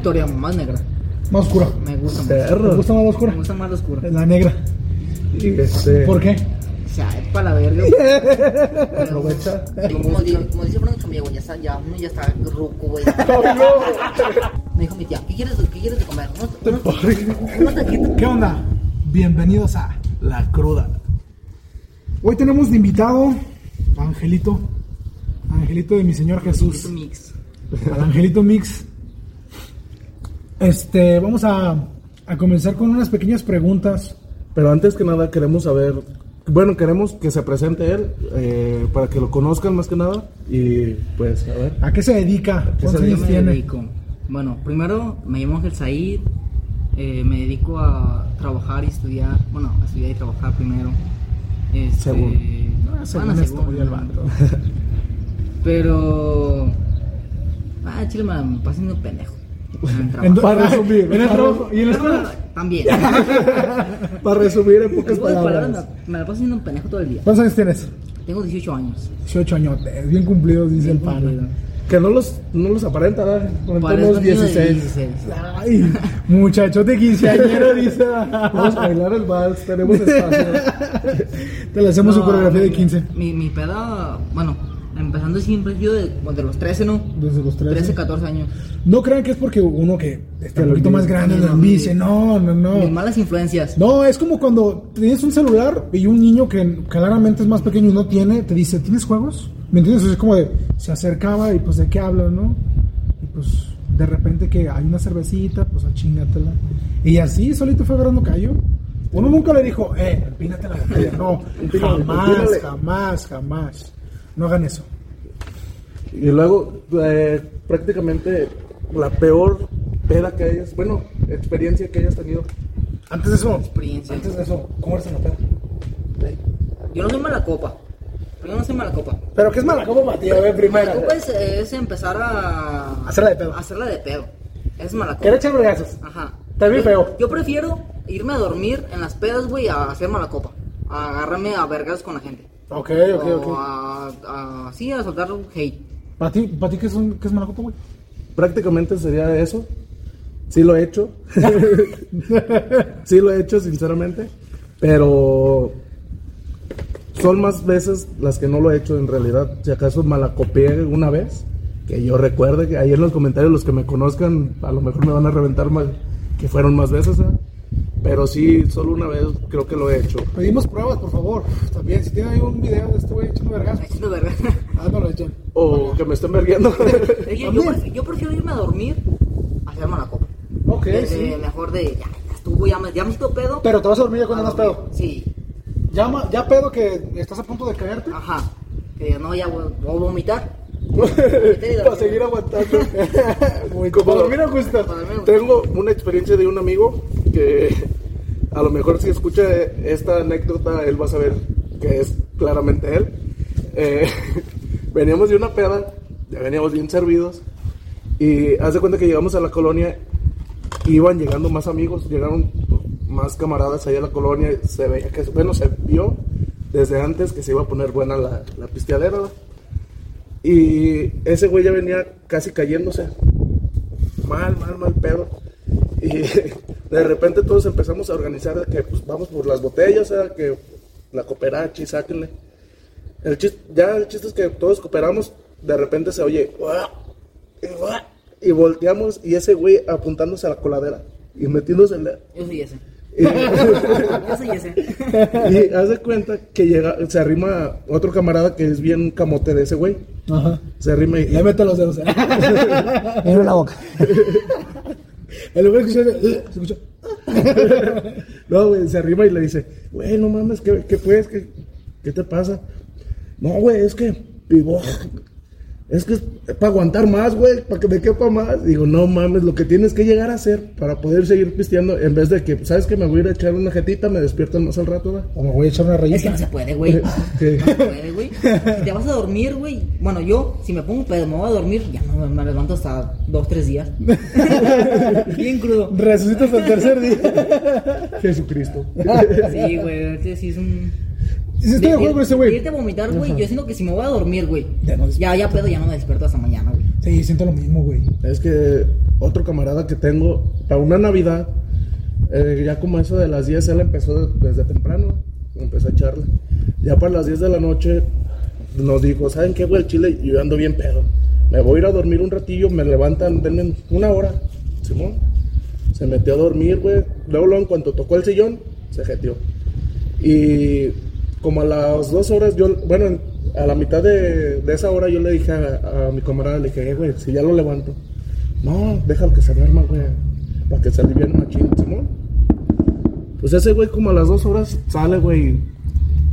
historia más negra. Más oscura. Me gusta más. ¿Te Perro. gusta más la oscura? Me gusta más la oscura. La negra. Este, ¿Por qué? O sea, es para la verga. Aprovecha. Como, di- como dice Broncho, mi güey, ya está, ya, uno ya está ruco, güey. Me dijo mi tía, ¿qué quieres, qué quieres de comer? Unos- unos- unos taquitos. ¿Qué onda? Bienvenidos a La Cruda. Hoy tenemos de invitado a Angelito. Angelito de mi Señor Jesús. Mix. Al Angelito Mix. Este, vamos a, a comenzar con unas pequeñas preguntas. Pero antes que nada queremos saber, bueno, queremos que se presente él eh, para que lo conozcan más que nada y pues a ver. ¿A qué se dedica? qué ¿Cuántos se años me tiene? dedico? Bueno, primero me llamo Ángel Said. eh, me dedico a trabajar y estudiar. Bueno, a estudiar y trabajar primero. Este, Según. Ah, bueno, según, ¿no? Pero. Ah, chile, me me pasé siendo pendejo. En el En do- trabajo. Para resumir, en el para trabajo y en la escuela. También. En Para resumir en pocas pocas palabras, palabras. me, me la paso siendo un pendejo todo el día. ¿Cuántos años tienes? Tengo 18 años. 18 años, bien cumplidos, dice el padre. Que no los, no los aparenta, ¿verdad? Parezco Aparentamos un niño de 16. 16. Ay, muchacho de quinceañero, dice. Vamos a bailar el vals, tenemos espacio. Te le hacemos su No, coreografía de mi- 15. Mi, mi pedo, bueno, empezando siempre yo de, bueno, de los 13, ¿no? Desde los 13. 13, 14 años. No crean que es porque uno que está un lo poquito más envidia. grande lo envidia. No, no, Mis no. malas influencias. No, es como cuando tienes un celular y un niño que claramente es más pequeño y no tiene, te dice, ¿tienes juegos? ¿Me entiendes? O sea, es como de, se acercaba y pues de qué hablan, ¿no? Y pues de repente que hay una cervecita, pues a chingatela. Y así solito fue agarrando callo. Uno nunca le dijo, eh, empínate la botella. No, Empínale, jamás, empínale. jamás, jamás. No hagan eso. Y luego, eh, prácticamente la peor peda que hayas, bueno, experiencia que hayas tenido. Antes de eso, Experiencia. antes de eso, ¿cómo eres en la peda? Yo no soy mala copa. Yo no soy mala copa. ¿Pero qué es mala copa para ti? A ver, Mala primero. copa es, es empezar a. Hacerla de pedo. Hacerla de pedo. Es mala copa. ¿Quieres echar vergazos? Ajá. También Yo- feo. Yo prefiero irme a dormir en las pedas, güey, a hacer mala copa. A agarrarme a vergas con la gente. Ok, ok, O ok. a, a- Sí, a soltar un hate. ¿Para ti, para ti qué, es un, qué es mala copa, güey? Prácticamente sería eso. Sí lo he hecho. sí lo he hecho, sinceramente. Pero son más veces las que no lo he hecho en realidad. Si acaso malacopié una vez, que yo recuerde que ahí en los comentarios los que me conozcan a lo mejor me van a reventar más, que fueron más veces. ¿verdad? Pero sí, solo una vez creo que lo he hecho. Pedimos pruebas, por favor. También, si tienen ahí un video de este güey echando vergazos, Es una verga. ah, no lo echen. O que me estén verguiando. Es que yo, prefi- yo prefiero irme a dormir a hacerme la copa. Ok, De- de- sí. Mejor de ya, ya estuvo, ya me, ya me siento pedo. Pero te vas a dormir ya cuando A andas dormir. pedo. Sí, Ya, ma- ya pedo que estás a punto de caerte. ajá. Que diga, no, ya voy, voy a vomitar. Para seguir aguantando. Muy Como cómodo. dormir a gustas. Para dormir a gustas. Tengo una experiencia de un amigo que a lo mejor si escucha esta anécdota él va a saber que es claramente él. Eh, veníamos de una peda, ya veníamos bien servidos y hace cuenta que llegamos a la colonia iban llegando más amigos, llegaron más camaradas ahí a la colonia, se veía que, bueno, se vio desde antes que se iba a poner buena la, la pisteadera. ¿no? Y ese güey ya venía casi cayéndose, mal, mal, mal pedo. Y de repente todos empezamos a organizar de que pues vamos por las botellas, ¿verdad? que la cooperachi, sáquenle. El chis- ya el chiste es que todos cooperamos, de repente se oye, "Uah, y uah", y volteamos y ese güey apuntándose a la coladera y metiéndose en la... Yo soy ese. Y, Yo soy ese. y haz de cuenta que llega, se arrima otro camarada que es bien camote de ese güey. Ajá. Se arrima y... Le meto los dedos. ¿eh? en la boca. El güey escuchó. eh, Se escuchó. ah. No, güey, se arriba y le dice, güey, no mames, ¿qué, qué pues? ¿Qué, qué te pasa? No, güey, es que, digo, es que es para aguantar más, güey, para que me quepa más. Digo, no mames, lo que tienes que llegar a hacer para poder seguir pisteando, en vez de que, ¿sabes que Me voy a ir a echar una jetita, me despiertan más al rato, ¿verdad? O me voy a echar una Es que rayita. no se puede, güey. No ¿Qué? se puede, güey. Si te vas a dormir, güey. Bueno, yo, si me pongo pedo, me voy a dormir. Ya no me levanto hasta dos, tres días. Bien crudo. Resucitas al tercer día. Jesucristo. Sí, güey, este sí es un. Sí, estoy de acuerdo con ese güey. Irte a vomitar, güey. Yo siento que si me voy a dormir, güey. Ya no despierto. Ya, ya pedo, ya no me despierto hasta mañana, güey. Sí, siento lo mismo, güey. Es que otro camarada que tengo, para una Navidad, eh, ya como eso de las 10, él empezó de- desde temprano, empezó a echarle. Ya para las 10 de la noche nos dijo, ¿saben qué, güey? El chile, yo ando bien pedo. Me voy a ir a dormir un ratillo, me levantan, denme una hora. Simón. Se metió a dormir, güey. Luego, luego, en cuanto tocó el sillón, se jeteó. Y como a las dos horas, yo, bueno, a la mitad de, de esa hora yo le dije a, a mi camarada, le dije, "Eh, güey, si ya lo levanto. No, déjalo que se duerma, güey, para que se aliviane machín, Simón. Pues ese güey como a las dos horas sale, güey, y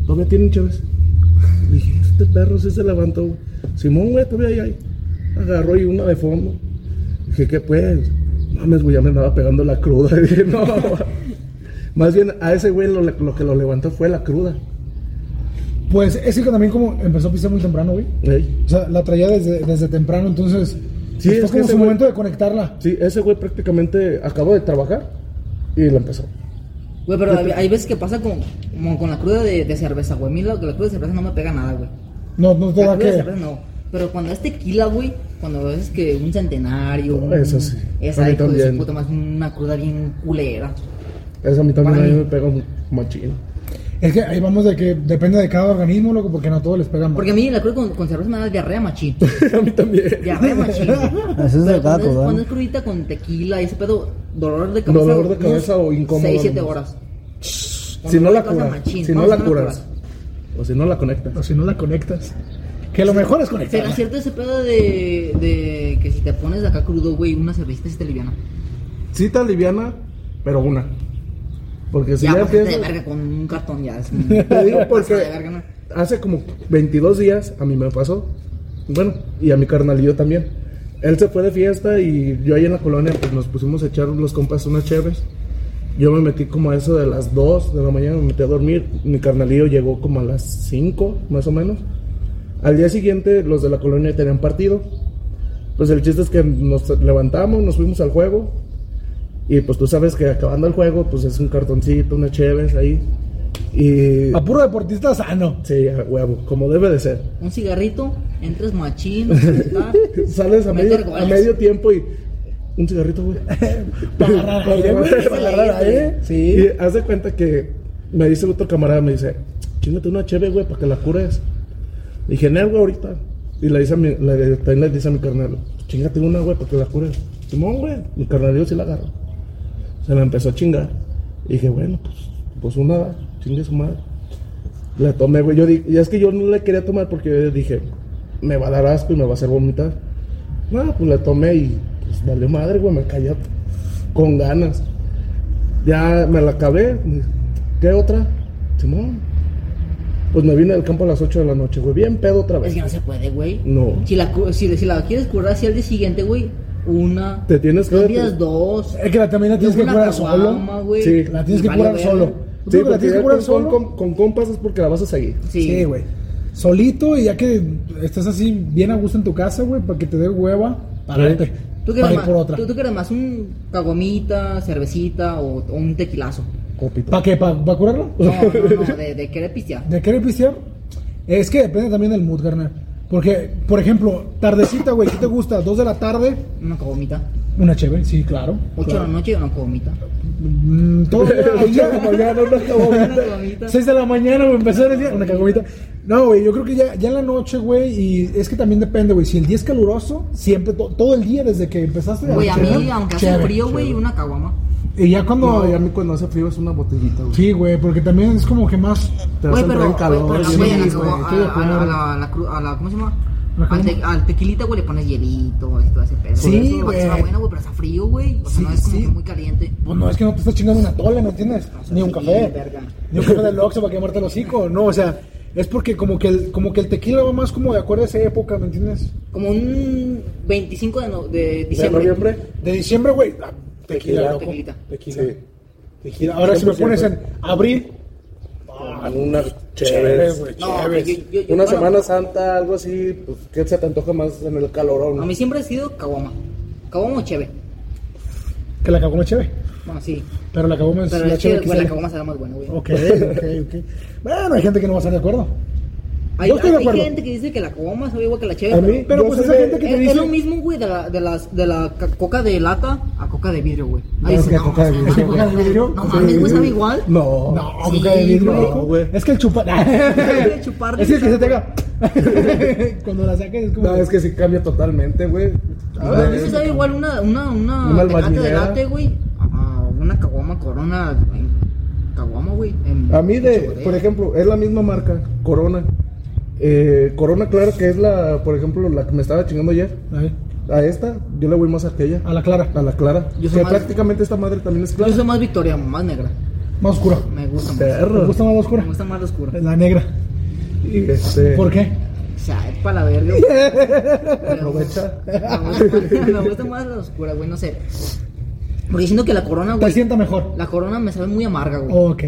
todavía tienen chéves. Dije, este perro sí se levantó, güey. Simón, güey, todavía ahí hay. Agarró y una de fondo. Dije, ¿qué pues? Mames, güey, ya me andaba pegando la cruda. Dije, no. Más bien, a ese güey lo, lo que lo levantó fue la cruda. Pues es que también como empezó a pisar muy temprano, güey. Ey. O sea, la traía desde, desde temprano, entonces. Sí, pues, es fue que como ese su güey- momento de conectarla. Sí, ese güey prácticamente acabó de trabajar y lo empezó. Güey, pero hay, hay veces que pasa con, como con la cruda de, de cerveza, güey. A mí la, la cruda de cerveza no me pega nada, güey. No, no te La da cruda de que. cerveza no. Pero cuando es tequila, güey, cuando es que un centenario. Oh, eso sí. Es A mí ahí, hijo de su también. puta más una cruda bien culera. Eso a mí también Para a mí mí. me pega un machín. Es que ahí vamos de que depende de cada organismo, loco, porque no a todos les pegan. Porque a mí la cruda con, con cerveza me da diarrea machín. a mí también. Diarrea machín. güey. Así es de Pero cuando gato, ¿verdad? Cuando es crudita con tequila y ese pedo, dolor de cabeza. Dolor de cabeza o incómodo, 6, 7 nomás. horas. Si no la Cuando curas, pasa machín, si no vamos a la hacer una curas, o si no la conectas. O si no la conectas. Que lo mejor es ¿Será conectarla. cierto ese pedo de, de que si te pones acá crudo, güey, una cervecita sí te liviana? Pues Sí te aliviana, pero una. Porque si ya, ya, pásate de empiezas- verga con un cartón, ya. Es Te digo porque- Pásate de verga, ¿no? hace como 22 días a mí me pasó. Bueno, y a mi carnalillo también. Él se fue de fiesta y yo ahí en la colonia pues nos pusimos a echar los compas unas chéves. Yo me metí como a eso de las 2 de la mañana, me metí a dormir. Mi carnalillo llegó como a las 5 más o menos. Al día siguiente los de la colonia tenían partido. Pues el chiste es que nos levantamos, nos fuimos al juego. Y pues tú sabes que acabando el juego, pues es un cartoncito, unas chéves ahí. Y A puro deportista sano. Sí, a huevo, como debe de ser. Un cigarrito, entras machín, ta, Sales a Meter medio, a goles. medio tiempo y un cigarrito, güey. Para agarrar aire, güey, para agarrar aire. Sí. Y haz de cuenta que me dice otro camarada, me dice, chingate una cheve, güey, para que la cures. Dije, no, güey, ahorita. Y le dice a mi, le, también le dice a mi carnal, chingate una, güey, para que la cures. Simón, güey, mi carnalillo sí la agarró. Se la empezó a chingar. Y dije, bueno, pues, pues una, chingue su madre. La tomé, güey. Yo di- y es que yo no la quería tomar porque yo dije, me va a dar asco y me va a hacer vomitar. No, pues la tomé y pues valió madre, güey. Me cayó con ganas. Ya me la acabé. ¿Qué otra? Simón. Pues me vine del campo a las 8 de la noche, güey. Bien pedo otra Es vez. que pues, no se puede, güey. No. Si la, cu- si, si la quieres curar así al día siguiente, güey, una. Te tienes que- Dos días, dos. Es que la también la tienes que una curar caguama, solo. güey. Sí, La tienes Y que vale curar verga. solo. Sí, Tú creo que la porque tienes que ya curar con, con, solo. con- con compas es porque la vas a seguir. Sí. Sí, güey. Solito y ya que estás así bien a gusto en tu casa, güey, para que te dé hueva, pararte. ¿Tú qué eres Para ir más? por otra. ¿Tú, tú qué eres más? ¿Un cagomita, cervecita o, o un tequilazo? Copito. ¿Para qué? ¿Para curarlo? No, no, no, de, de querer pistear. ¿De querer pistear? Es que depende también del mood, carnal. Porque, por ejemplo, tardecita, güey, ¿qué te gusta? ¿Dos de la tarde? Una cagomita. Una chévere, sí, claro. Ocho de la noche, una cagomita. Mm, todo ahí ya, como ya, no, no, como- Una cagomita. 6 de la mañana, güey, empezó el día. Una cagomita. No, güey, yo creo que ya, ya en la noche, güey, y es que también depende, güey. Si el día es caluroso, siempre, to- todo el día desde que empezaste. Güey, a mí, chévere, aunque hace chévere. frío, güey, una caguama. Y ya cuando. No, y a mí cuando hace frío es una botellita, güey. Sí, güey, porque también es como que más. Te Güey, vas a entrar pero, en calor. güey, pero sí, güey, a la güey, caguama- estoy de a- a ah, la- a acuerdo. la- a la cru- a la- ¿Cómo se llama? La Al, te- al tequilita, güey, le pones hielito, esto, ese pedo. Sí, Eso, güey. Está buena, güey, pero está frío, güey. O sea, Sí, no es como sí. que muy caliente. Pues no, es que no te estás chingando una tola, ¿me entiendes? Ni un Ah, sí, café. verga. Ni un café del Oxxo para quemarte el hocico. No, o sea, es porque como que el, como que el tequila va más como de acuerdo a esa época, ¿me entiendes? Como un 25 de, no- de ¿De diciembre. noviembre? De diciembre, güey, ah, tequila, Tequila, loco. tequilita. Tequila. Sí. Tequila. Ahora si me pones en abril, Ah, Una chévere, chévere, güey, No, chévere. yo- yo- yo- Una bueno, Semana Santa, algo así, pues, ¿qué se te antoja más en el calorón? A mí siempre ha sido caguama. Caguama o cheve. Que la cagó más chévere. Bueno, sí. Pero la cagó más Pero Pues la Oh. es que, chévere que güey, la sale. caguama será más buena, güey. Ok, ok, ok. Bueno, hay gente que no va a estar de acuerdo. Hay, Yo estoy de hay acuerdo. gente que dice que la comas sabe igual que la A chévere. mí, pero pero yo pues soy esa de- gente que Eh, es, te es dice. lo mismo, güey, de la, de, las, de la ca- coca de lata a coca de vidrio, güey. Ahí No, dice, que no, coca de mames, vidrio, güey, coca de vidrio, No coca de mames, güey, vidrio. Ah, sabe igual. No, no, Sí, coca de vidrio, güey. loco. güey. Es que el chupar. El chupar es que el que se te de- haga. Cuando la saques es como. No, es que sí cambia totalmente, güey. A Ah, ver, ¿a ti se sabe igual una, una, una, Una tecate de albañilera. latte, güey? A una caguama corona en caguama, güey. en- A mí, en de, su botella. por ejemplo, es la misma marca, Corona. Eh, Corona, claro que es la, por ejemplo, la que me estaba chingando ayer. A ver, A esta, yo le voy más a aquella. a la clara, A la clara. Yo soy que más- prácticamente esta madre también es Yo clara. soy más victoriano, más negra. más oscura. Me gusta más. ¿Te Perro. gusta más Me oscura? gusta más la oscura. La negra. Este, ¿Por qué? O sea, es para la verga. güey. pues, Aprovecha. Me gusta- Me gusta más la oscura, güey, no sé. Porque siento que la corona, Te güey. sienta mejor. La corona me sabe muy amarga, güey. Ok.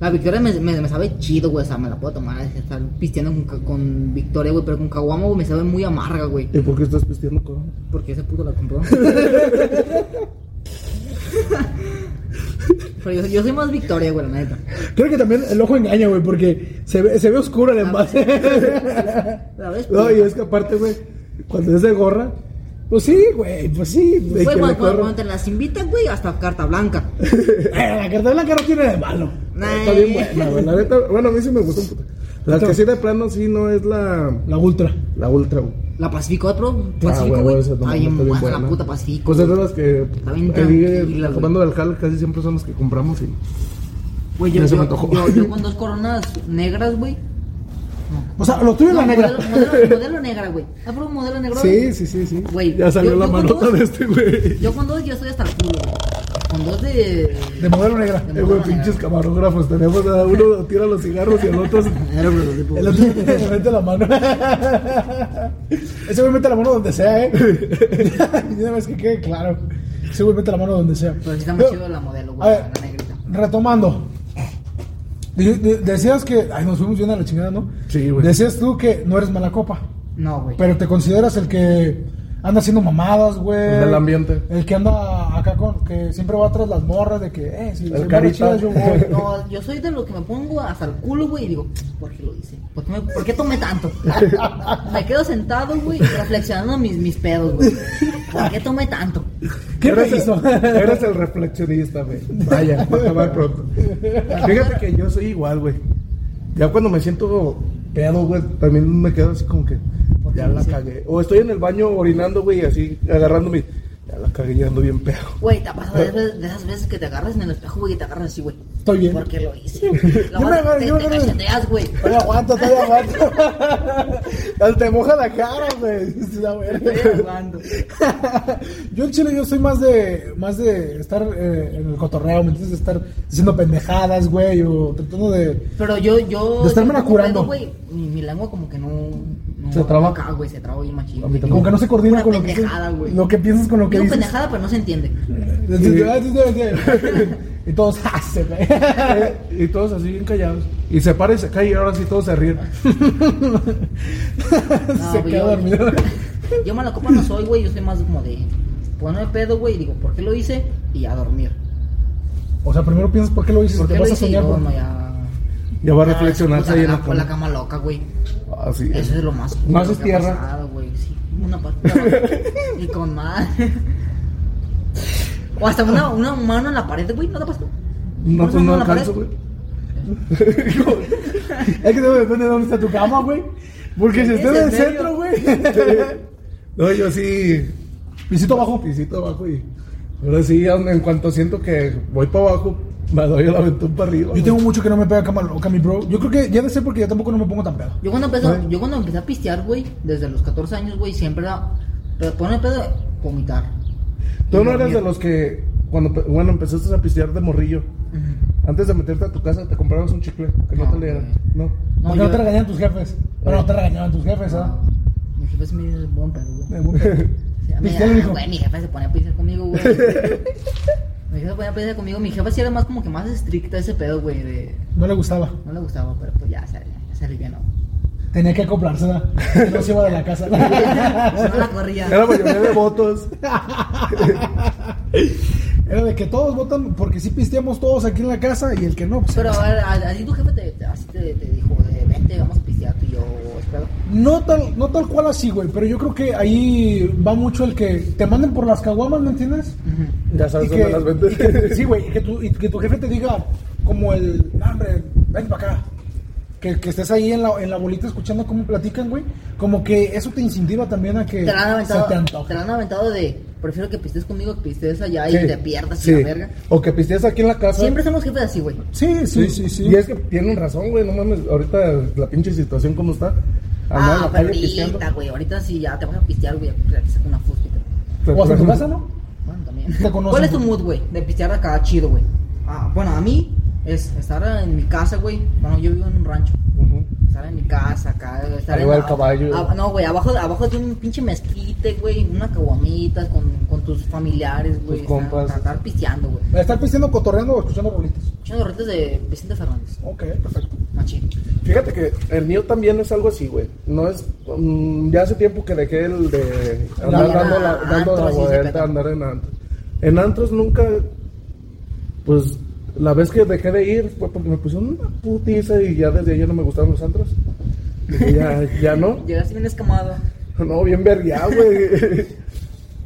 La victoria me, me- me sabe chido, güey. O sea, me la puedo tomar. Estar pisteando con, ca- con victoria, güey. Pero con caguama, güey, me sabe muy amarga, güey. ¿Y por qué estás pisteando Corona? Porque ese puto la compró. Pero yo, yo soy más Victoria, güey, la neta. Creo que también el ojo engaña, güey, porque se ve, se ve oscuro el Ah, envase. La verdad es No, y pura. es que aparte, güey, cuando es de gorra, pues sí, güey, pues sí. Güey, güey. que cuando, le corro. cuando te las invitan, güey, hasta carta blanca. Eh, la carta blanca no tiene de malo. está bien eh, buena, güey. La neta, bueno, a mí sí me gusta un puto. La que sí de plano sí no es la, La ultra. la ultra, güey. La Pacífico, ¿eh, pro? Pacífico, Ah, güey. esa también Está bien está bien buena, la buena. puta Pacífico. Pues es de las que bien ahí, tranquila, güey. acabando del jale casi siempre son las que compramos y Güey, yo, Ya se me yo, antojó. yo, yo con dos coronas negras, güey. O sea, lo tuyo es No, la negra. Modelo, modelo, modelo negra, güey. ¿Has probado un modelo negro? Sí, sí, sí, sí. Güey, ya salió yo- la yo con manota dos- de este güey. Yo con dos, yo estoy hasta el culo. güey. Con dos de. De modelo negra. de Eh, güey, modelo pinches negra. camarógrafos tenemos. A uno tira los cigarros y al otro. Era prototipo, El güey. otro le mete la mano. Ese güey mete la mano donde sea, ¿eh? Y una vez que quede claro. Ese güey mete la mano donde sea. Pero sí pues, está más Pero, chido la modelo, A güey. ver, La negrita. retomando. De- de- decías que. Ay, nos fuimos bien a la chingada, ¿no? Sí, güey. Decías tú que no eres mala copa. No, güey. Pero te consideras el que anda haciendo mamadas, güey. El del ambiente. El que anda acá con. Que siempre va atrás las morras de que. Eh, si El hay morras carita. chidas, yo voy. No, yo soy de los que me pongo hasta el culo, güey, y digo, ¿por qué lo hice? ¿Por qué, me- por qué tomé tanto? Me quedo sentado, güey, reflexionando mis, mis pedos, güey. ¿Por qué tomé tanto? ¿Qué me Eres el- hizo? Eres el reflexionista, güey. Vaya, va a acabar pronto. Fíjate que yo soy igual, güey. Ya cuando me siento pedo, güey, también me quedo así como que ya la cagué. O estoy en el baño orinando, güey, y así agarrándome. Ya la cagué, ya ando bien pedo. Güey, te ha pasado de, esas- de esas veces que te agarras en el espejo, güey, y te agarras así, güey. Estoy bien. ¿Por qué lo hice? La Yo me vas- agarro- te, yo me te agarro- cacheteas, güey. Todavía aguanto, todavía aguanto. Te moja la cara, güey. Sí, la verga. Estoy jugando. Yo en Chile yo soy más de más de estar eh, en el cotorreo, ¿me entiendes? De estar diciendo pendejadas, güey, o tratando de... Pero yo, yo. De estarme yo la como curando. pedo, güey, mi, mi lengua como que no. no Se traba. acá, güey, se traba bien machín. A mí también. Como que no se coordina Una con lo que, pendejada, güey. lo que piensas con lo que Digo dices. pendejada, pero no se entiende. Entonces, ah, sí, sí, sí. Y todos, ah, se ve. Eh, y todos así bien callados. Y se para y se cae y ahora sí todos se ríen. No, se güey, queda yo- dormido. Yo mala copa no soy, güey. Yo soy más como de ponerme pedo, güey. Y digo, ¿por qué lo hice? Y a dormir. O sea, primero piensas por qué lo dices, ¿Por te qué lo vas a hice? Y soñar. pues, luego güey. me ya. Ya va a Ah, reflexionarse puta, ahí en la- la con la cama. cama loca, güey. Así es. Eso es lo más. Más culero es que ha tierra. pasado, güey. Sí, una parte. y con más. o hasta una, una mano en la pared, güey. ¿No te pasó? Una No, pues mano no en la pared. alcanzo, güey. Es que depende de dónde está tu cama, güey. Porque si ¿Es estás en en el serio? centro, güey. No, yo sí. Pisito abajo. pisito abajo y ahora sí, ya en cuanto siento que voy para abajo, me doy el aventón para arriba. Yo tengo mucho que no me pega cama loca, mi bro. Yo creo que ya de ser porque yo tampoco no me pongo tan pedo. Yo cuando empecé, yo cuando empecé a pistear, güey, desde los 14 años, güey, siempre era pero ponerme pedo, vomitar. Tú no eres de los que, cuando pe- bueno, empezaste a pistear de morrillo, Ujú. antes de meterte a tu casa te comprabas un chicle, que no, No, te le dieran, ¿no? No, Porque yo- no te regañan tus jefes. Bueno, no te regañaban tus jefes, ¿ah? Mi jefe es mi buen pedo, güey. O sea, Pistear, mira, hijo. güey, mi jefa se ponía a pisar conmigo, güey. mi jefa se ponía a pisar conmigo. Mi jefa sí era más como que más estricta ese pedo, güey. De... No le gustaba. No le gustaba, pero pues ya se, ya se alivianó. Tenía que acoplarse, ¿verdad? Que No se iba de la casa. Se no la corría. Era mayoría de votos. Era de que todos votan porque sí pisteamos todos aquí en la casa y el que no, pues. Pero a ver, a, a ti tu jefe te, te- así te, te dijo, de, vente, vamos a pistear tú y yo, espero. No tal, no tal cual así, güey, pero yo creo que ahí va mucho el que te manden por las caguamas, ¿me entiendes? Ya sabes Y dónde que- las y que- vendes. sí, güey, y que, tu, y que tu jefe te diga como el, "No, hombre, ven para acá. Que, que estés ahí en la, en la bolita escuchando cómo platican, güey. Como que eso te incentiva también a que Te la han se te aventado, te antoje. la han aventado de, prefiero que pistees conmigo que pistees allá Sí, y te pierdas y sí. la verga. O que pisteas aquí en la casa. Siempre somos jefes así, güey. Sí, sí, sí, sí. Y es que tienen razón, güey. No mames, ahorita la pinche situación como está. Andar en Ah, la pero calle pisteando. ahorita, güey, ahorita si ya te vas a pistear, güey, te saco una fusca. y te- O hasta tu casa, ¿no? Bueno, también. Te conocen, ¿Cuál es tu güey. mood, güey, de pistear acá chido, güey? Ah, bueno, a mí es estar en mi casa, güey. Bueno, yo vivo en un rancho. Ujú. Estar en mi casa, acá. Estar Arriba en, del caballo. ah, no, güey, abajo, abajo tiene un pinche mezquite, güey. Una caguamita con, con tus familiares, güey. Tus compas. Estar, estar pisteando, güey. Estar pisteando, cotorreando o escuchando bolitas. Escuchando retos de Vicente Fernández. Ok, perfecto. Machín. Fíjate que el mío también es algo así, güey. No es. mm, ya hace tiempo que dejé el de andar La- dando la, dando la antros, sí, sí, vuelta, pero- andar en antros. En antros nunca. Pues la vez que dejé de ir fue porque me pusieron una putiza y ya desde ahí ya no me gustaron los antros. Y ya, ya no. Llegaste bien escamado. No, bien vergueado, güey.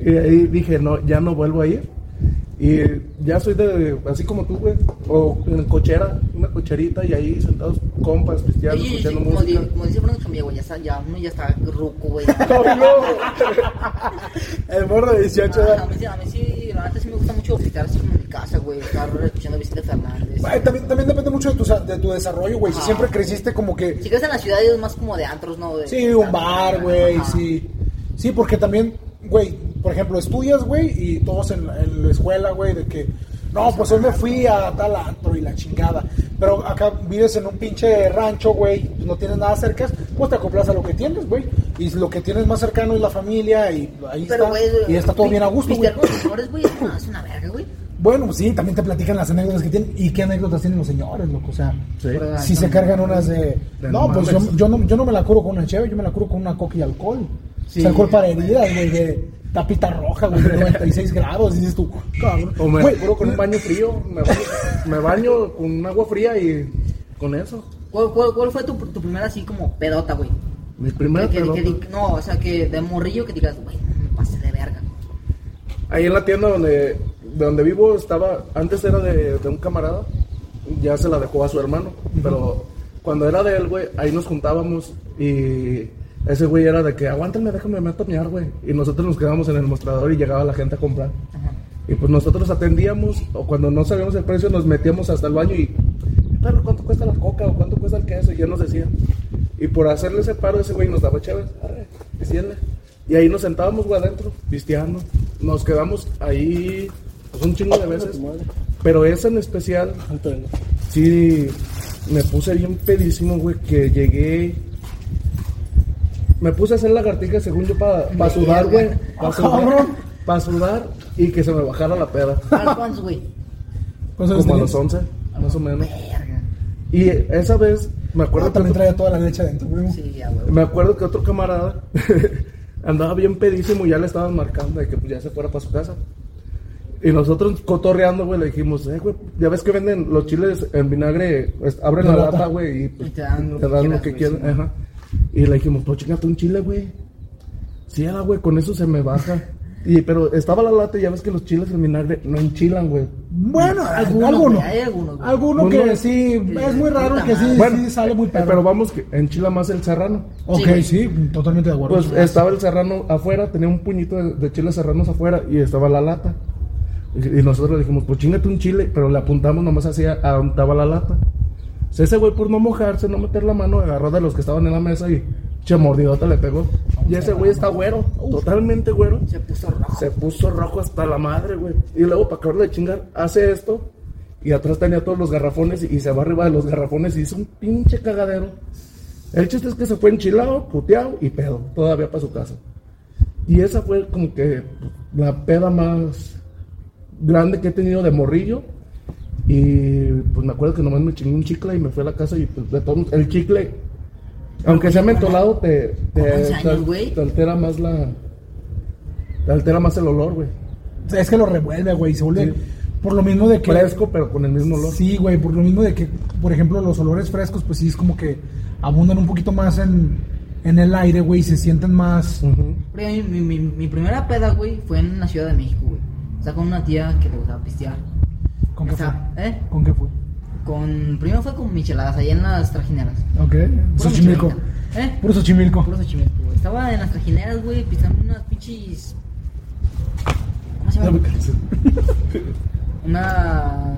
y ahí dije, no, ya no vuelvo a ir. Y ya soy de, así como tú, güey. O en cochera, una cocherita y ahí sentados compas, pisteando, Oye, escuchando como, música. di- como dice Fernando Chamilla, güey, ya, está- ya uno ya está ruco, güey. ¡No, no! El morro de 18 Ah, A años. mí, sí- a mí sí, la neta sí me gusta mucho pistear así como en mi casa, güey. Estar escuchando a Vicente Fernández. Ay, también, también depende mucho de tu, sa- de tu desarrollo, güey. Si Ah. siempre creciste como que. Si crees en la ciudad es más como de antros, ¿no? De- Sí, un bar, güey, Ajá. sí. Sí, porque también, güey, por ejemplo, estudias, güey, y todos en la, en la escuela, güey, de que, no, pues hoy me fui a tal antro y la chingada. Pero acá vives en un pinche rancho, güey, no tienes nada cerca, pues te acoplas a lo que tienes, güey. Y lo que tienes más cercano es la familia y ahí Pero, está. güey, y está todo pi- bien a gusto, güey. Pistear con los señores, güey, es una- es una verga, güey. Bueno, sí, también te platican las anécdotas que tienen y qué anécdotas tienen los señores, loco, o sea. Sí. Pero- Si se cargan unas de. De no, pues yo, mames. yo no, yo no me la curo con una cheve, yo me la curo con una coca y alcohol. Sí. O sea, alcohol para heridas, güey, de tapita roja, güey, de 96 grados. Y dices tú, cabrón. O me Güey, apuro con un baño frío. Me baño, me baño con agua fría y con eso. ¿Cuál, cuál, cuál fue tu, tu primera así como pedota, güey? Mi primera Que- que- pelota. que di- No, o sea, que de morrillo que digas, güey, me pasé de verga. Ahí en la tienda donde, donde vivo estaba, antes era de, de un camarada, ya se la dejó a su hermano, pero cuando era de él, güey, ahí nos juntábamos y ese güey era de que aguántame, déjame me meto a mear, güey. Y nosotros nos quedábamos en el mostrador y llegaba la gente a comprar. Ajá. Y pues nosotros atendíamos, o cuando no sabíamos el precio, nos metíamos hasta el baño y, perro, ¿cuánto cuesta la coca o cuánto cuesta el queso? Y ya nos decían. Y por hacerle ese paro, ese güey nos daba chévere, arre, decíanle. Y ahí nos sentábamos, güey, adentro, pisteando. Nos quedamos ahí, pues un chingo de veces. Pero esa en especial, sí, me puse bien pedísimo, güey, que llegué. Me puse a hacer lagartijas según yo para sudar, güey. Para sudar, Ah, Cabrón. pa' sudar y que se me bajara la peda. ¿Cuál, ¿Cuántos, güey? ¿cuántos años Como a tenías? los 11, más o menos. Verga. Y esa vez, me acuerdo, Ah, también que, traía toda la leche adentro, güey. Sí, ya, güey. otro, me acuerdo que otro camarada andaba bien pedísimo y ya le estaban marcando de que pues, ya se fuera para su casa. Y nosotros cotorreando, güey, le dijimos, eh, güey, ya ves que venden los chiles en vinagre, pues, abren La la lata. lata, güey, y, pues, Y te dan lo te que dan lo quieras, que güey, quieran. sí, ajá. Y le dijimos, pues chingate un chile, güey. Sí, era, güey, con eso se me baja. Y, pero estaba la lata y ya ves que los chiles en vinagre no enchilan, güey. Bueno, Algunos, alguno. Alguno, güey, hay algunos, güey. Alguno que Alguno. sí, es muy puta raro que sí, madre. sí sale muy eh, perro. Pero vamos, que enchila más el serrano. ok, Sí. sí, totalmente de acuerdo. Pues estaba el serrano afuera, tenía un puñito de, de chiles serranos afuera y estaba la lata. Y, y nosotros le dijimos, pues chingate un chile, pero le apuntamos nomás hacia a donde estaba la lata. O sea, ese güey por no mojarse, no meter la mano, agarró de los que estaban en la mesa y che mordidota le pegó. Y ese güey está güero, totalmente güero. Se puso rojo. Se puso rojo hasta la madre, güey. Y luego, para acabarle de chingar, hace esto. Y atrás tenía todos los garrafones y se va arriba de los garrafones y hizo un pinche cagadero. El chiste es que se fue enchilado, puteado y pedo, todavía para su casa. Y esa fue como que la peda más grande que he tenido de morrillo. Y pues me acuerdo que nomás me chingué un chicle y me fui a la casa y pues de todos, el chicle, aunque sea mentolado, te, te, Con once años, te- güey. te altera más la, te altera más el olor, güey. Es que lo revuelve, güey, se vuelve. Sí. Por lo mismo de que. Fresco, pero con el mismo olor. Sí, güey, por lo mismo de que, por ejemplo, los olores frescos, pues sí es como que abundan un poquito más en, en el aire, güey, se sienten más. Ujú. Pero mi, mi- mi- mi primera peda, güey, fue en la Ciudad de México, güey. O sea, con una tía que le gustaba pistear. ¿Con qué O sea, fue? ¿eh? ¿Con qué fue? Con, primero fue con micheladas, allá en las trajineras. Ok, Puro Xochimilco. micheladita, ¿Eh? Puro Xochimilco. Puro Xochimilco, güey. Estaba en las trajineras, güey, pisando unas pinches... ¿Cómo se llama? Unas... Ah,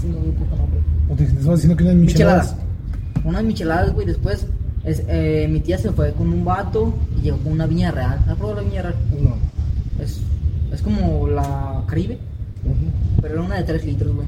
se me olvidó el puto nombre. O te estás diciendo que no hay Micheladas. micheladas. Unas micheladas, güey. Después, es- eh, mi tía se fue con un vato y llegó con una viña real. ¿Has probado la viña real? No. Es, es como la Caribe, Ujú. pero era una de 3 litros, güey.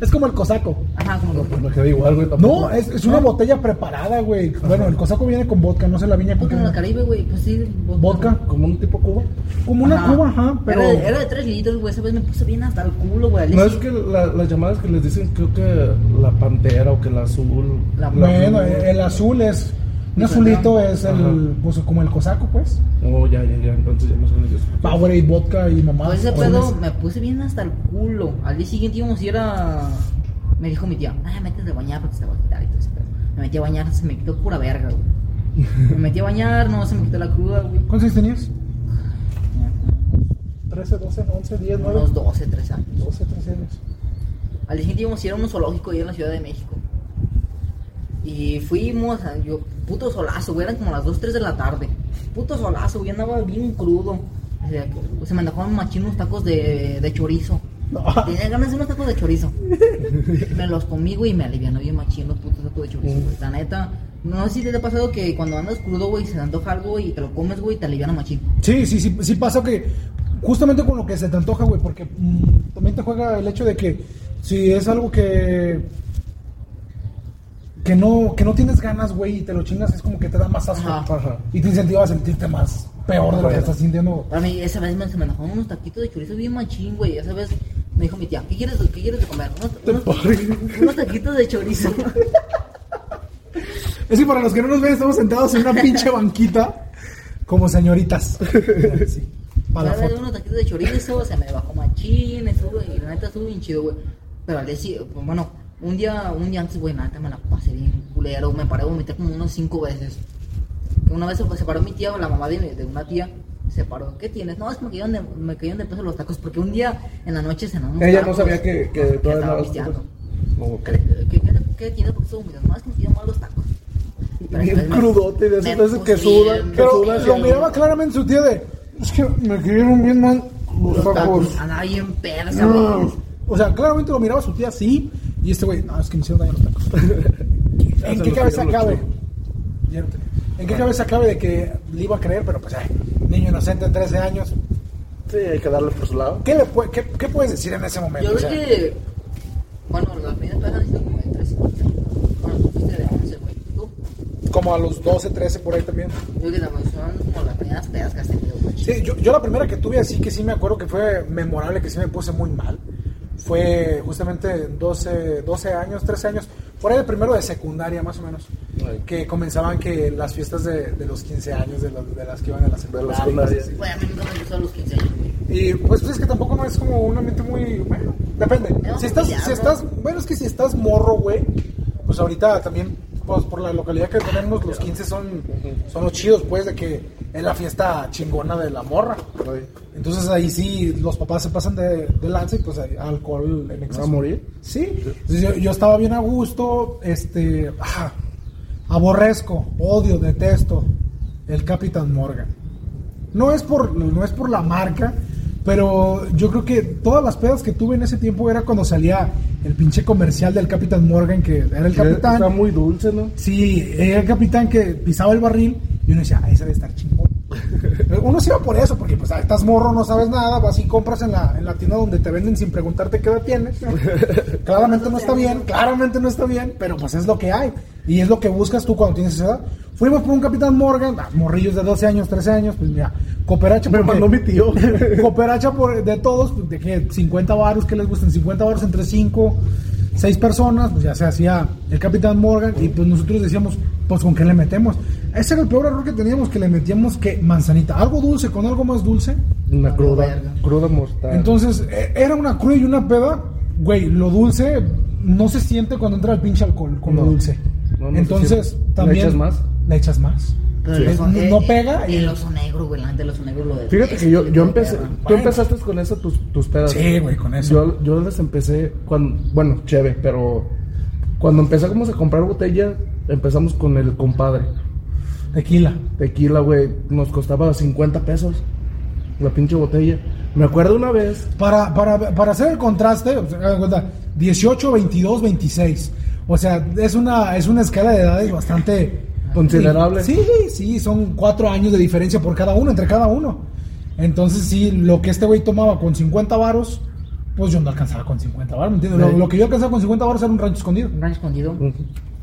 Es como el cosaco. Ajá, como No, que. pues me quedé igual, güey. tampoco. No, es, es una botella preparada, güey. Bueno, el cosaco viene con vodka, no se la viña Fue con como la Caribe, güey. Pues sí, vos- Vodka. Como un tipo cuba. Como una cuba, ajá, pero. Era, de- era de 3 litros, güey. Esa vez me puse bien hasta el culo, güey. al día No es siguiente- que la- las llamadas que les dicen, creo que la pantera o que la eh. azul. La- Bueno, blue. el, el azul es. Un Diferente. azulito es el. Ajá. Pues como el cosaco, pues. Oh, ya, ya, ya. Entonces ya no son ellos. Powerade, vodka y mamá. Pues ese pedo me puse bien hasta el culo. Al día siguiente íbamos a ir a. Me dijo mi tía, ay, métete a bañar porque se te va a quitar y todo ese pedo. Me metí a bañar, se me quitó pura verga, güey. Me metí a bañar, no, se me quitó la cruda, güey. ¿Cuántos años tenías? Tenía 13, 12, 11, 10, como Unos 12, 13 años. 12, 13 años. Al día siguiente íbamos a ir a un zoológico ahí en la Ciudad de México. Y fuimos, a- yo, puto solazo, güey, eran como las 2, 3 de la tarde. Puto solazo, güey, andaba bien crudo. O sea, que- se me andaban machín unos tacos de, de chorizo. Tenía ganas de unos tacos de chorizo. me los comí, güey, y me alivianó bien machín los putos tacos de chorizo, güey. La neta, no sé si te ha pasado que cuando andas crudo, güey, se te antoja algo y te lo comes, güey, y te aliviana machín. Sí, sí, sí, sí pasa que justamente con lo que se te antoja, güey, porque mm, también te juega el hecho de que si es algo que que no que no tienes ganas, güey, y te lo chingas, es como que te da más asco Ajá. Ajá. y te incentiva a sentirte más peor de lo que estás sintiendo. Para mí, esa vez me, se me antojaron unos taquitos de chorizo bien machín, güey. Esa vez me dijo mi tía, ¿qué quieres, qué quieres de comer? Unos, unos- unos taquitos de chorizo. Es que para los que no nos ven estamos sentados en una pinche banquita como señoritas. Sí, para la Para foto. unos taquitos de chorizo, se me bajó machín, estuvo, y la neta estuvo bien chido, güey. Pero al decir, bueno, un día, un día antes, güey, la neta me la pasé bien culero, me paré a vomitar como unos cinco veces. Que Una vez se paró mi tía o la mamá de, mi- de una tía. Se paró, ¿qué tienes? No, es que me cayeron de, me cayeron de peso los tacos, porque un día en la noche cenamos. Ella no tacos, sabía que, porque que todavía estaba andabas pisteando. crudo. No, Oh, ok. ¿Qué, qué, qué tienes por qué humillas? Más que me tiran mal los tacos. Bien crudote, de esas veces que suda sudan, que Pero sudan. lo miraba claramente su tía de es que me cayeron bien mal los tacos. Andaba bien perra, esa No. güey. O sea, claramente lo miraba su tía así. Y este güey, no, es que me hicieron daño los tacos. ¿En Eso qué lo cabeza pidió lo cabe? chulo. Ya no tenía. ¿En qué cabeza cabe de que le iba a creer? Pero pues, ay, niño inocente, 13 años. Sí, hay que darle por su lado. ¿Qué, le pue- qué- qué puedes decir en ese momento? Yo O creo sea, que. Bueno, las primeras pedas han sido como de 3 y 4. Bueno, tú fuiste de 11, güey. Tú. Como a los 12, 13 por ahí también. Yo creo que también son como las primeras pedas que has tenido, güey. Sí, yo, yo la primera que tuve así que sí me acuerdo que fue memorable, que sí me puse muy mal, fue justamente 12, 12 años, 13 años, por ahí el primero de secundaria más o menos, Ay. que comenzaban que las fiestas de, de los 15 años, de, las- de las que iban a la secundaria. y secundaria. cosas Güey, a mí nunca me gustó a los 15 años, güey. así. Y pues, pues, es que tampoco no es como un ambiente muy... Bueno, depende. No, Si estás, ya, si no. estás, bueno, es que si estás morro, güey, pues ahorita también, pues por la localidad que tenemos, los 15 son, son los chidos, pues, de que es la fiesta chingona de la morra. Ay, Entonces ahí sí, los papás se pasan de, de lanza y pues hay alcohol en exceso. ¿A morir? Sí. Entonces, yo, yo estaba bien a gusto, este, ah, aborrezco, odio, detesto el Capitán Morgan. No es por, no es por la marca, pero yo creo que todas las pedas que tuve en ese tiempo era cuando salía el pinche comercial del Capitán Morgan, que era el capitán. Está muy dulce, ¿no? Sí, era el capitán que pisaba el barril y uno decía, ahí se debe estar chingón. uno se iba por eso, porque pues ah, estás morro, no sabes nada, vas y compras en la, en la tienda donde te venden sin preguntarte qué edad tienes. claramente no está bien, claramente no está bien, pero pues es lo que hay. Y es lo que buscas tú cuando tienes esa edad. Fuimos por un capitán Morgan, ah, morrillos de 12 años, 13 años, pues mira, cooperacha. Me porque- mandó mi tío. cooperacha por, de todos, pues, de que 50 baros que les gustan, 50 baros entre 5, 6 personas, pues ya se hacía el Capitán Morgan y pues nosotros decíamos, pues con qué le metemos. Ese era el peor error que teníamos, que le metíamos que manzanita, algo dulce con algo más dulce Una No, cruda, verga. cruda mortal. Entonces, e- era una cruda y una peda. Güey, lo dulce no se siente cuando entra el pinche alcohol con No. lo dulce. No, no se Entonces, siente. ¿Le también. echas más? Le echas más. Pero Sí. el oso- No- eh, no eh, pega y- El oso negro, güey. La gente del oso negro lo detesto, Fíjate que yo, yo lo empecé, perra. tú empezaste con eso tus, tus pedas. Sí, güey, con eso. Yo, yo las empecé cuando, bueno, chévere, pero cuando empezamos a comprar botella, empezamos con el compadre. Tequila. Tequila, güey, nos costaba 50 pesos la pinche botella. Me acuerdo una vez, Para, para, para hacer el contraste, o sea, hagan cuenta, 18, 22, 26. O sea, es una, es una escala de edades bastante Considerable. Sí, sí, son cuatro años de diferencia por cada uno, entre cada uno. Entonces, sí, lo que este güey tomaba con 50 varos, pues yo no alcanzaba con 50 varos, ¿me entiendes? Lo, Sí. lo que yo alcanzaba con 50 varos era un rancho escondido. Un rancho escondido.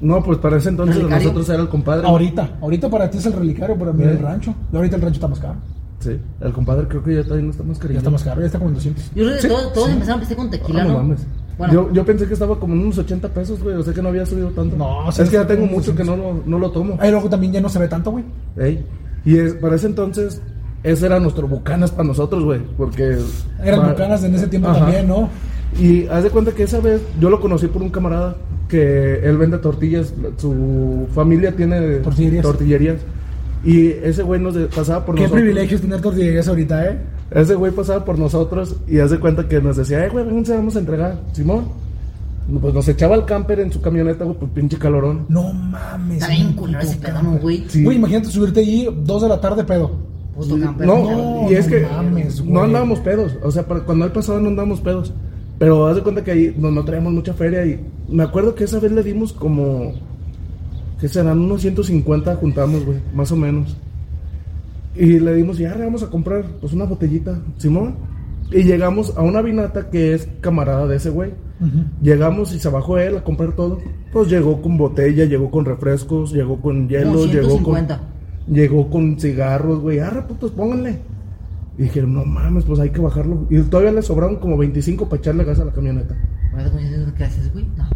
no, pues para ese entonces Relicario. nosotros era el compadre. Ahorita, ahorita para ti es el relicario, para mí Sí. el rancho. Y ahorita el rancho está más caro. Sí, el compadre creo que ya todavía no está más Ya está más caro, ya está como en 200. Yo creo que Sí, todos, todos sí. empezaron a empezar con tequila, Ah, ¿no? no mames. Bueno, Yo, yo pensé que estaba como en unos 80 pesos, güey. O sea que no había subido tanto. No, sí, es que ya está tengo como mucho que 200. no lo, no lo tomo. Ahí luego también ya no se ve tanto, güey. Ey. Y es- para ese entonces, ese era nuestro bucanas para nosotros, güey. Porque. Eran ma- bucanas en ese tiempo Ajá. también, ¿no? Y haz de cuenta que esa vez yo lo conocí por un camarada que él vende tortillas. Su familia tiene Tortillerías. tortillerías. Y ese güey nos de- pasaba por Qué nosotros. privilegios tener tortillerías ahorita, ¿eh? Ese güey pasaba por nosotros y hace cuenta que nos decía, eh, güey, vénganse, vamos a entregar. Simón, pues nos echaba el camper en su camioneta, güey, pues pinche calorón. No mames. está bien un culero ese puto pedo, ¿no, güey? Sí. Güey, imagínate subirte ahí dos de la tarde pedo. Puto campeón. No, y es no que mames, no güey. andábamos pedos. O sea, para cuando él pasaba no andábamos pedos. Pero haz de cuenta que ahí no, no traíamos mucha feria y me acuerdo que esa vez le dimos como, que serán unos 150 juntamos, güey, más o menos. Y le dimos, ya le vamos a comprar pues una botellita, Simón. Y llegamos a una vinata que es camarada de ese güey. Ujú. Llegamos y se bajó él a comprar todo. Pues llegó con botella, llegó con refrescos, llegó con hielo, Como llegó con, 150. llegó con cigarros, güey. Arra, putos, pónganle. Y dijeron, no mames, pues hay que bajarlo. Y todavía le sobraron como 25 para echarle gas a la camioneta. Ahorita con eso, ¿Qué haces, güey? Nada.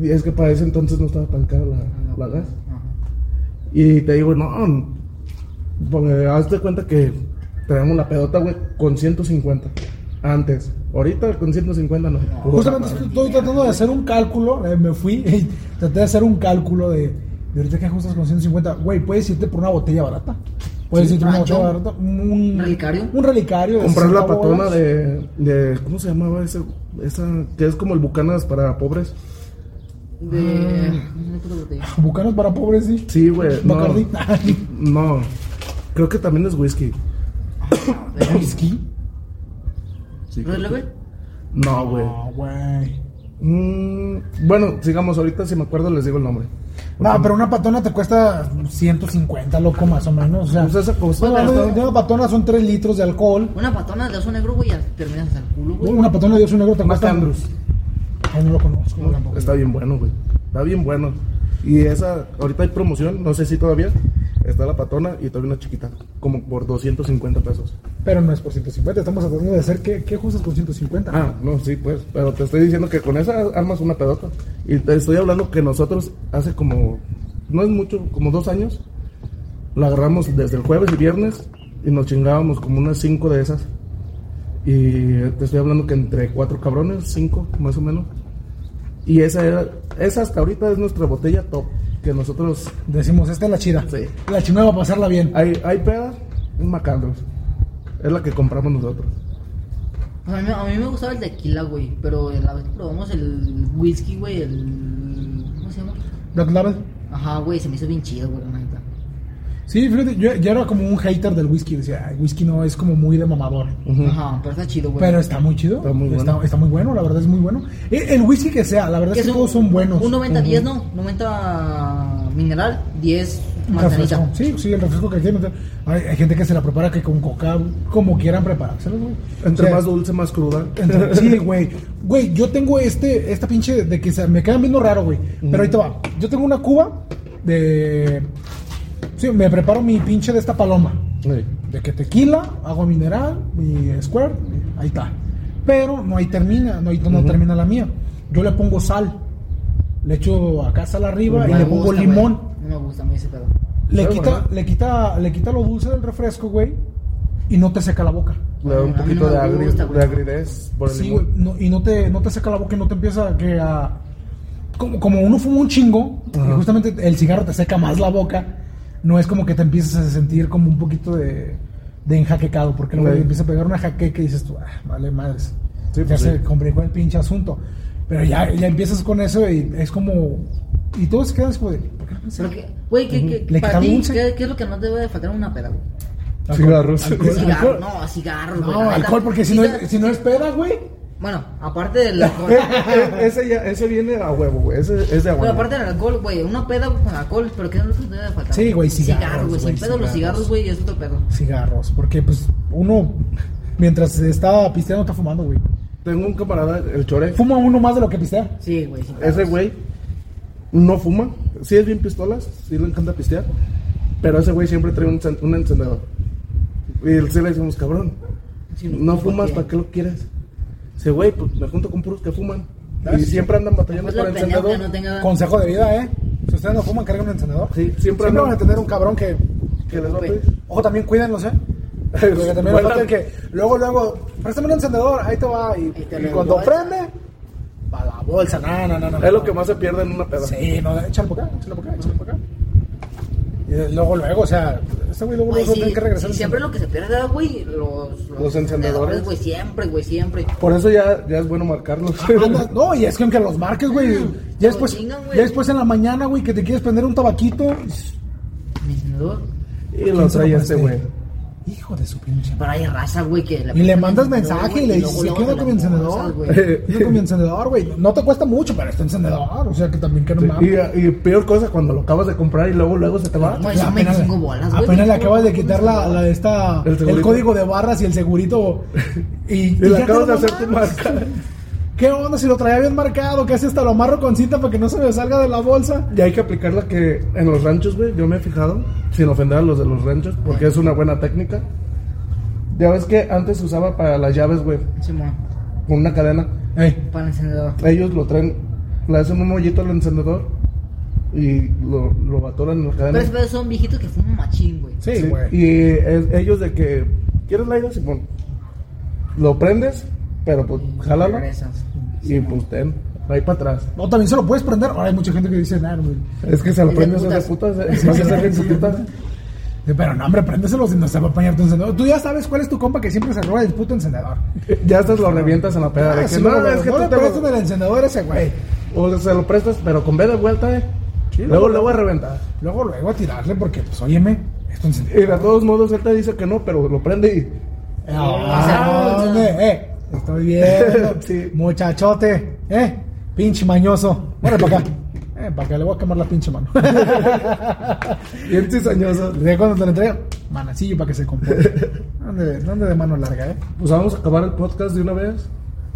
Y es que para ese entonces Ah, no estaba tan cara la, la gas. Ajá. Y te digo, no, porque haz de cuenta que traemos la pedota, güey, con 150. Antes, ahorita con 150 no. Justamente estoy, estoy tratando de hacer un cálculo, eh, me fui, y traté de hacer un cálculo de, de ahorita que ajustas con 150, güey, puedes irte por una botella barata. Puedes Sí, irte por una rancho. botella barata, un ¿Un relicario? Un relicario. de comprar la 60 patona bolas. de, de ¿cómo se llamaba ese? Esa que es como el Bucanas para pobres. De. No puedo botella. Bucanos para pobres, sí. Sí, güey. No, Bacardi. no. Creo que también es whisky. ¿Whisky? ¿Red Level? No, güey. No, güey. Mm, bueno, sigamos ahorita si me acuerdo les digo el nombre. No, pero una patona te cuesta 150, loco, más o menos. O sea, Pues esa cosa. Bueno, de- de una patona son 3 litros de alcohol. Una patona de oso negro, güey, ya terminas hasta el culo, güey. Una patona de Dios negro te Más cuesta. Andrews. Ay, no lo conozco. Está bien bueno, güey. Está bien bueno. Y esa, ahorita hay promoción, no sé si todavía. Está la patona y todavía una chiquita, como por 250 pesos. Pero no es por 150, estamos tratando de hacer que, que justas con 150. Ah, no, sí, pues, pero te estoy diciendo que con esa armas una pedota. Y te estoy hablando que nosotros hace como, no es mucho, como dos años, la agarramos desde el jueves y viernes y nos chingábamos como unas cinco de esas. Y te estoy hablando que entre cuatro cabrones, cinco más o menos. Y esa era, esa hasta ahorita es nuestra botella top, que nosotros, Decimos, esta es la chida. Sí. La chingada va a pasarla bien. hay, hay peda, un macandros. Es la que compramos nosotros. O sea, a, mí, a mí me gustaba el tequila, güey, pero la vez que probamos el whisky, güey, el... ¿Cómo se llama? Black Label. Ajá, güey, se me hizo bien chido, güey, la neta. Sí, fíjate, yo ya era como un hater del whisky. Decía, "Ay, whisky no es como muy de mamador. Ujú. Ajá, pero está chido, güey. Pero está muy chido. Está muy bueno. Está, está muy bueno, la verdad es muy bueno. El, el whisky que sea, la verdad es que un- todos son buenos. Un 90-10, ¿no? 90 mineral, 10 Refresco. manzanita. Sí, sí, el refresco que quieren. Hay, hay gente que se la prepara que con coca, como quieran preparárselo, güey. Entre O sea, más dulce, más cruda. Entre- Sí, güey. Güey, yo tengo este, esta pinche de que se me quedan viendo raro, güey. Pero ahorita va. Yo tengo una cuba de. Sí, me preparo mi pinche de esta paloma. Sí. De que tequila, agua mineral, mi square, ahí está. Pero no ahí termina, no ahí no Ujú. termina la mía. Yo le pongo sal. Le echo acá sal arriba y No me le pongo gusta, limón. güey. No me gusta a mí ese pedo. Le Está quita, bueno. le quita, le quita lo dulce del refresco, güey. y no te seca la boca. Le da un A mí poquito no de, me agri- gusta, güey. de agridez por el Sí, güey, limón. no- y no te, no te seca la boca y no te empieza a que a... Como, como uno fuma un chingo, Ajá. y justamente el cigarro te seca más la boca, no es como que te empiezas a sentir como un poquito de, de enjaquecado, porque luego Güey. te empieza a pegar una jaqueca y dices tú, ah, vale madres. Sí, ya pues se sí. complicó el pinche asunto. Pero ya, ya empiezas con eso y es como... Y todos se quedan así como de... ¿por qué no pensé? Pero que, güey, que, que- Le para quitaron ti, un- ¿qué, qué es lo que no te debe de faltar en una peda, güey? Alcohol, Cigarros. alcohol, Cigarro, alcohol. no, cigarro, güey. No, la neta. alcohol, porque si no, Cigarro- es- si no es peda, güey. Bueno, aparte del alcohol. E, ese, ya, ese viene a huevo, güey. Ese es de Pero agua. aparte del alcohol, güey, una peda con alcohol, pero ¿qué es lo que te debe de faltar? Sí, güey, cigarros, Cigarro, güey, sin güey, pedo los cigarros. cigarros, güey, es otro pedo. cigarros, porque pues uno mientras está pisteando está fumando, güey. Tengo un camarada, el Chore. Fuma uno más de lo que pistea. Sí, güey, sin pedos. Ese güey no fuma. Sí es bien pistolas, sí le encanta pistear. Pero ese güey siempre trae un, encen- un encendedor. Y el sí le decimos, cabrón, Sí, no ¿por fumas, ¿para qué lo quieres? Dice, güey, pues me junto con puros que fuman. Ah, Y sí. siempre andan batallando Pues por la el pendeja que encendedor. no tenga... Consejo de vida, ¿eh? Si ustedes no fuman, carguen un encendedor. Sí, siempre siempre no. van a tener un cabrón que... Que les va a Güey. pedir. Ojo, también cuídenlos, ¿eh? Porque también Bueno. aparte de que luego, luego, préstame un encendedor, ahí te va. Y, Ahí te y lo cuando envuelvo. prende, va la bolsa. No, no, no, no. Es lo que más se pierde en una peda. Sí, no, échalo por acá, échalo por acá, échalo por acá. Y eh, luego, luego, o sea, este güey luego, Güey, luego sí, tiene que regresar. sí, al siempre encendedor. lo que se pierde, ah, güey, los, Los encendedores. güey, siempre, güey, siempre. Por eso ya, ya es bueno marcarlos. Anda- Ah, no, y es que aunque los marques, güey. Ya Lo después, chingan, güey. ya después en la mañana, güey, que te quieres prender un tabaquito. Mi encendedor. y lo trae traía este güey. Hijo de su pinche. madre. Pero hay raza, güey, que... Y le mandas mensaje mensaje y le dices, ¿qué onda con mi encendedor? güey. ¿Qué onda con mi encendedor, güey? No te cuesta mucho, pero está encendedor. O sea, que también que no mames. Y, eh, y peor cosa cuando lo acabas de comprar y luego luego se te va. Güey, son 25 bolas, güey. Pues, apenas le acabas de quitar la, la esta, El el, segurito. código de barras y el segurito. Y, Y y le ya acabas de quedó, hacer no tu mames. marca. ¿Qué onda si lo traía bien marcado? Que hace hasta lo amarro con cinta para que no se me salga de la bolsa. Y hay que aplicar la que en los ranchos, güey, yo me he fijado, sin ofender a los de los ranchos, porque es una buena técnica. Ya ves que antes se usaba para las llaves, güey, Simón, con una cadena. Ey, para el encendedor. Ellos lo traen, le hacen un mollito al encendedor y lo, lo atoran en la Pero esos cadena. pedos son viejitos que fuman machín, güey. Pues, sí, Sí, güey. y es- ellos de que, ¿quieres la ida, Simón? Lo prendes, pero pues jálalo Regresas. y pues ten, ahí para atrás. No, también se lo puedes prender. Ahora hay mucha gente que dice, nah, güey. Es que se lo Es de prendes es de putas, eh, vas a hacer bien sus putas. Eh, Pero no, hombre, préndeselo si no se va a apañar tu encendedor. Tú ya sabes cuál es tu compa que siempre se roba el puto encendedor. Ya estás lo revientas en la peda. de Ah, que, sí, no, no, es que no tú le te lo- prestes el encendedor a ese güey. O sea, se lo prestas, pero con B de vuelta, eh. luego, luego a reventar. Luego, luego a tirarle porque, pues, óyeme, esto Y encendedor. de todos modos, él te dice que no, pero lo prende y. Ah, Eh, oh, o sea, hombre, eh, estoy viendo. Sí. Muchachote, eh, pinche mañoso. Órale para acá. Eh, para acá le voy a quemar la pinche mano. Bien cizañoso. De cuando te lo entrega, manacillo para que se comporte. ¿Dónde, ¿Dónde de mano larga, eh? Pues vamos a acabar el podcast de una vez.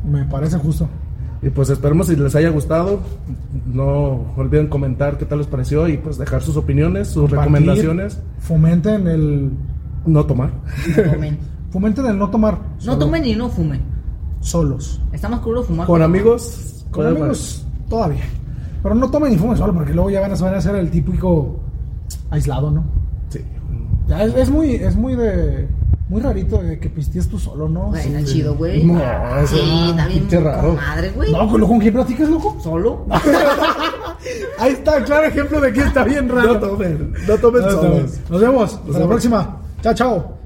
Me parece justo. Y pues esperemos si les haya gustado. No olviden comentar qué tal les pareció y pues dejar sus opiniones, sus recomendaciones. Compartir, Fomenten el. No tomar. No tomen. Fomenten el no tomar No tomen y no fumen. solos. Está más culo fumar. Con amigos. Con amigos, todavía. Pero no tomen y fumen solo, porque luego ya van a, van a ser el típico aislado, ¿no? Sí. Ya es, es muy, es muy de. Muy rarito de que pistees tú solo, ¿no? Güey, está chido, güey. No, eso sí, no, está bien. qué raro. con Madre, güey. No, loco, ¿con quién platicas, loco? Solo. Ahí está, claro ejemplo de que está bien raro. No tomen. No tomen Nos solos. vemos. Hasta la vemos. próxima. Chao, chao.